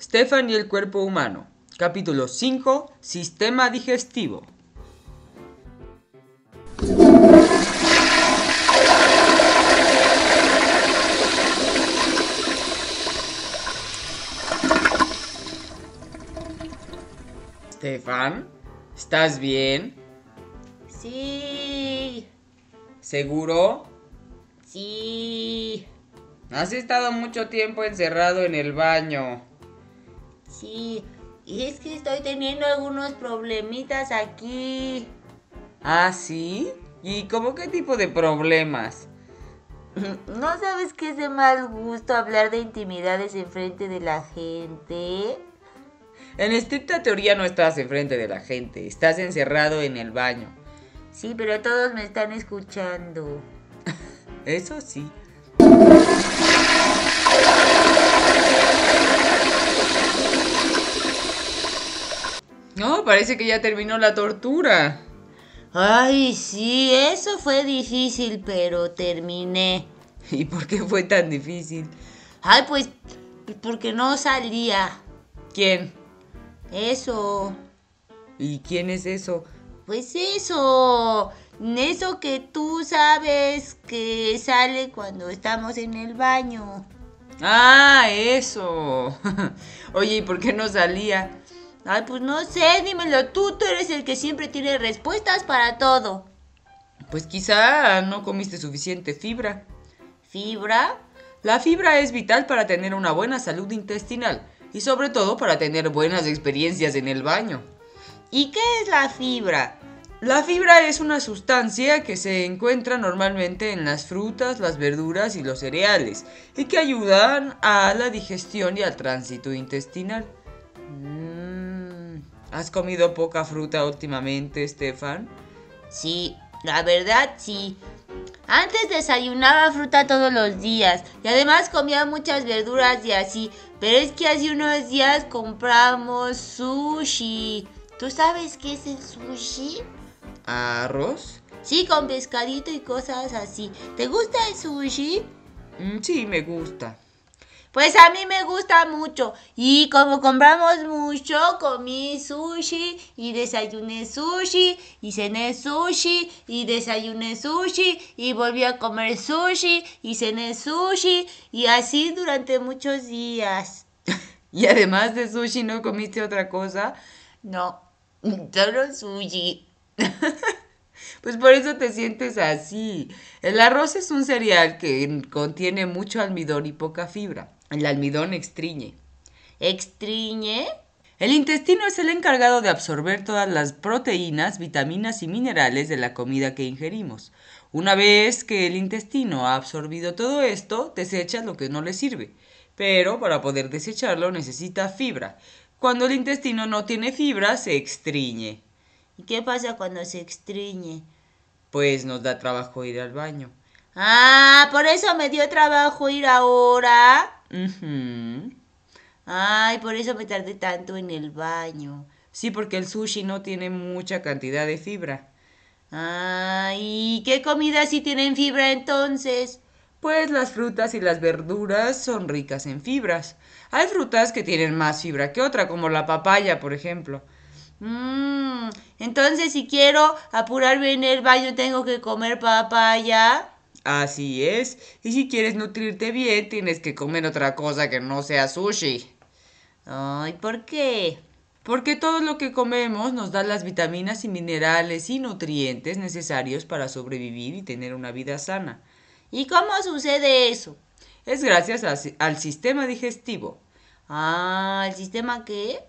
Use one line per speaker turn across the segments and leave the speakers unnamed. Stefan y el cuerpo humano. Capítulo 5. Sistema digestivo. Stefan, ¿estás bien?
Sí,
¿Seguro?
sí,
Has estado mucho tiempo encerrado en el baño.
sí. Y es que estoy teniendo algunos problemitas aquí.
¿Ah, sí? ¿Y cómo qué tipo de problemas?
¿No sabes que es de mal gusto hablar de intimidades en frente de la gente?
En estricta teoría no estás enfrente de la gente, estás encerrado en el baño.
Sí, pero todos me están escuchando.
Eso sí. No, parece que ya terminó la tortura.
Ay, sí, eso fue difícil, pero terminé.
¿Y por qué fue tan difícil?
Ay, pues, porque no salía.
¿Quién?
Eso.
¿Y quién es eso?
Pues eso, eso que tú sabes que sale cuando estamos en el baño.
Ah, eso. Oye, ¿y por qué no salía?
Ay, pues no sé, dímelo tú, tú eres el que siempre tiene respuestas para todo.
Pues quizá no comiste suficiente fibra.
¿Fibra?
La fibra es vital para tener una buena salud intestinal y sobre todo para tener buenas experiencias en el baño.
¿Y qué es la fibra?
La fibra es una sustancia que se encuentra normalmente en las frutas, las verduras y los cereales y que ayudan a la digestión y al tránsito intestinal.
Mm,
¿Has comido poca fruta últimamente, Stefan?
sí, la verdad sí. Antes desayunaba fruta todos los días y además comía muchas verduras y así, pero es que hace unos días compramos sushi. ¿Tú sabes qué es el sushi?
¿Arroz?
Sí, con pescadito y cosas así. ¿Te gusta el sushi?
Mm, sí, me gusta.
Pues a mí me gusta mucho. Y como compramos mucho, comí sushi y desayuné sushi y cené sushi y desayuné sushi y volví a comer sushi y cené sushi y así durante muchos días.
Y además de sushi, ¿no comiste otra cosa?
No, solo sushi.
Pues por eso te sientes así. El arroz es un cereal que contiene mucho almidón y poca fibra. El almidón extriñe.
Extriñe.
El intestino es el encargado de absorber todas las proteínas, vitaminas y minerales de la comida que ingerimos. Una vez que el intestino ha absorbido todo esto, desechas lo que no le sirve. Pero para poder desecharlo necesita fibra. Cuando el intestino no tiene fibra, se extriñe.
¿Y qué pasa cuando se extriñe?
Pues nos da trabajo ir al baño.
Ah, por eso me dio trabajo ir ahora.
Ujú.
Ay, por eso me tardé tanto en el baño.
Sí, porque el sushi no tiene mucha cantidad de fibra.
Ay, ¿y ¿qué comidas sí tienen fibra entonces?
Pues las frutas y las verduras son ricas en fibras. Hay frutas que tienen más fibra que otra, como la papaya, por ejemplo.
Mmm, entonces si quiero apurarme en el baño tengo que comer papaya.
Así es. Y si quieres nutrirte bien, tienes que comer otra cosa que no sea sushi.
Ay, ¿por qué?
Porque todo lo que comemos nos da las vitaminas y minerales y nutrientes necesarios para sobrevivir y tener una vida sana.
¿Y cómo sucede eso?
Es gracias a- al sistema digestivo.
Ah, ¿el sistema qué?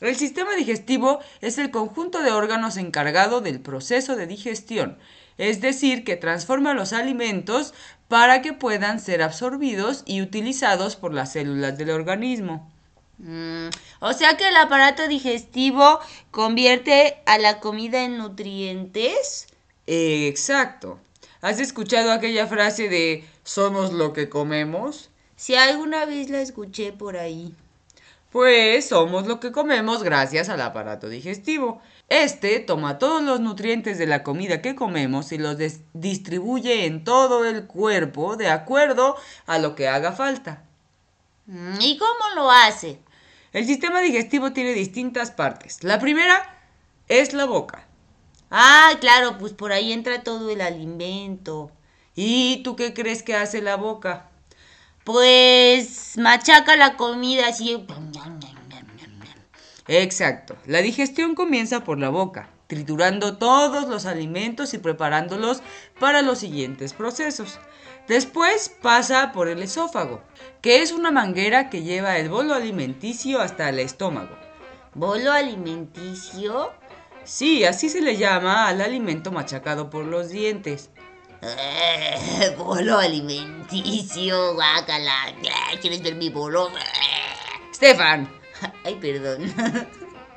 El sistema digestivo es el conjunto de órganos encargado del proceso de digestión, es decir, que transforma los alimentos para que puedan ser absorbidos y utilizados por las células del organismo.
Mm, o sea que el aparato digestivo convierte a la comida en nutrientes.
Exacto. ¿Has escuchado aquella frase de somos lo que comemos?
Si alguna vez la escuché por ahí.
Pues somos lo que comemos gracias al aparato digestivo. Este toma todos los nutrientes de la comida que comemos y los des- distribuye en todo el cuerpo de acuerdo a lo que haga falta.
Mm, ¿Y cómo lo hace?
El sistema digestivo tiene distintas partes. La primera es la boca.
Ah, claro, pues por ahí entra todo el alimento.
¿Y tú qué crees que hace la boca?
Pues machaca la comida así.
Exacto. La digestión comienza por la boca, triturando todos los alimentos y preparándolos para los siguientes procesos. Después pasa por el esófago, que es una manguera que lleva el bolo alimenticio hasta el estómago.
¿Bolo alimenticio?
Sí, así se le llama al alimento machacado por los dientes.
Eh, bolo alimenticio, guácala. Eh, ¿Quieres ver mi bolo? Eh.
Stefan,
Ay, perdón.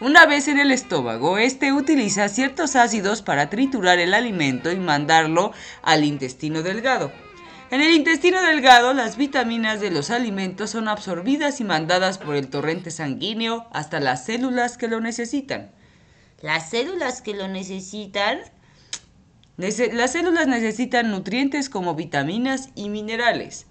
Una vez en el estómago, este utiliza ciertos ácidos para triturar el alimento y mandarlo al intestino delgado. En el intestino delgado, las vitaminas de los alimentos son absorbidas y mandadas por el torrente sanguíneo hasta las células que lo necesitan.
Las células que lo necesitan.
Nece- las células necesitan nutrientes como vitaminas y minerales.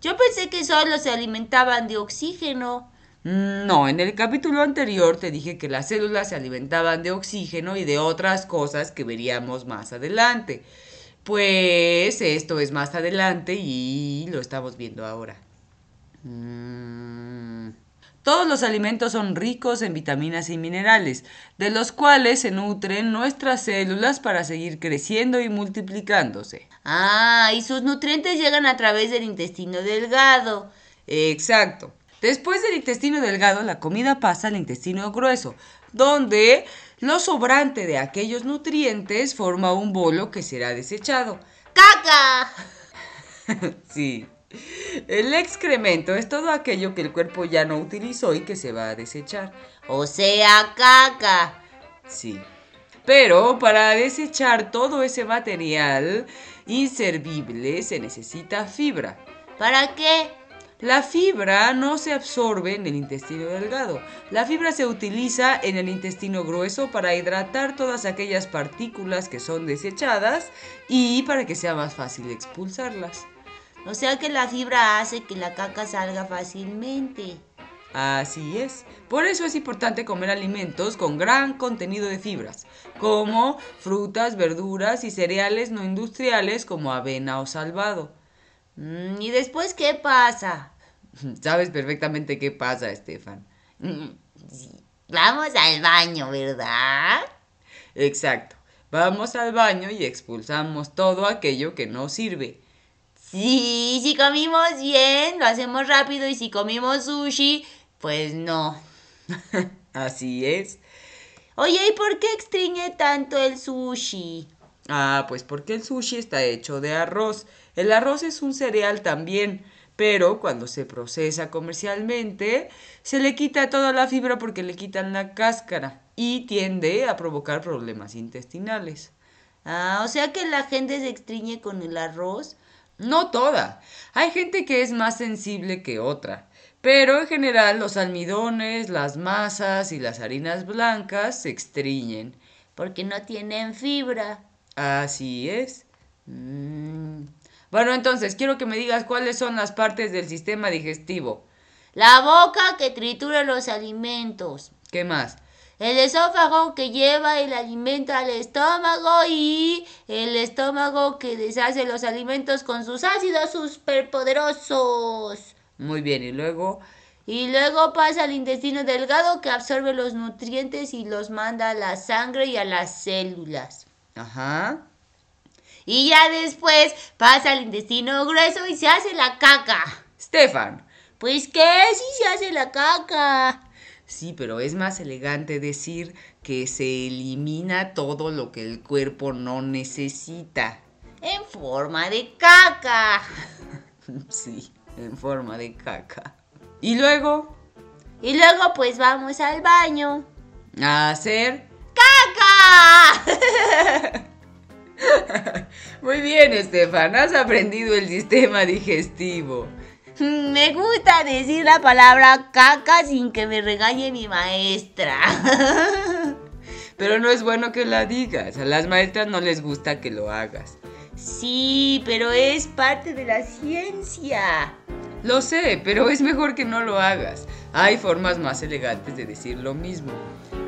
Yo pensé que solo se alimentaban de oxígeno.
Mm, No, en el capítulo anterior te dije que las células se alimentaban de oxígeno y de otras cosas que veríamos más adelante. Pues esto es más adelante y lo estamos viendo ahora.
Mm.
Todos los alimentos son ricos en vitaminas y minerales, de los cuales se nutren nuestras células para seguir creciendo y multiplicándose.
Ah, y sus nutrientes llegan a través del intestino delgado.
Exacto. Después del intestino delgado, la comida pasa al intestino grueso, donde lo sobrante de aquellos nutrientes forma un bolo que será desechado.
¡Caca!
Sí. El excremento es todo aquello que el cuerpo ya no utilizó y que se va a desechar.
O sea, caca.
Sí. Pero para desechar todo ese material inservible se necesita fibra.
¿Para qué?
La fibra no se absorbe en el intestino delgado. La fibra se utiliza en el intestino grueso para hidratar todas aquellas partículas que son desechadas y para que sea más fácil expulsarlas.
O sea que la fibra hace que la caca salga fácilmente.
Así es. Por eso es importante comer alimentos con gran contenido de fibras, como frutas, verduras y cereales no industriales como avena o salvado.
Mm, ¿Y después qué pasa?
Sabes perfectamente qué pasa, Estefan.
Mm, sí. Vamos al baño, ¿verdad?
Exacto. Vamos al baño y expulsamos todo aquello que no sirve.
Sí, si comimos bien, lo hacemos rápido y si comimos sushi, pues no.
Así es.
Oye, ¿y por qué extriñe tanto el sushi?
Ah, pues porque el sushi está hecho de arroz. El arroz es un cereal también, pero cuando se procesa comercialmente, se le quita toda la fibra porque le quitan la cáscara y tiende a provocar problemas intestinales.
Ah, o sea que la gente se extriñe con el arroz.
No toda. Hay gente que es más sensible que otra. Pero en general los almidones, las masas y las harinas blancas se extriñen.
Porque no tienen fibra.
Así es.
Mm.
Bueno, entonces quiero que me digas cuáles son las partes del sistema digestivo.
La boca que tritura los alimentos.
¿Qué más?
El esófago que lleva el alimento al estómago y el estómago que deshace los alimentos con sus ácidos superpoderosos.
Muy bien, y luego...
Y luego pasa al intestino delgado que absorbe los nutrientes y los manda a la sangre y a las células.
Ajá.
Y ya después pasa al intestino grueso y se hace la caca.
Stefan.
Pues que sí se hace la caca.
Sí, pero es más elegante decir que se elimina todo lo que el cuerpo no necesita.
En forma de caca.
Sí, en forma de caca. Y luego...
Y luego pues vamos al baño.
A hacer...
¡Caca!
Muy bien, Estefan, has aprendido el sistema digestivo.
Me gusta decir la palabra caca sin que me regañe mi maestra.
Pero no es bueno que la digas. A las maestras no les gusta que lo hagas.
Sí, pero es parte de la ciencia.
Lo sé, pero es mejor que no lo hagas. Hay formas más elegantes de decir lo mismo.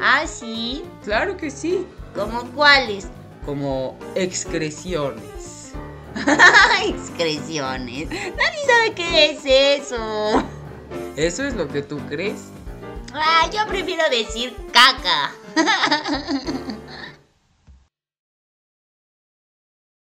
Ah, sí.
Claro que sí,
¿Como cuáles?
como excreciones.
Excreciones. Nadie sabe qué es eso.
¿Eso es lo que tú crees?
Ah, yo prefiero decir caca.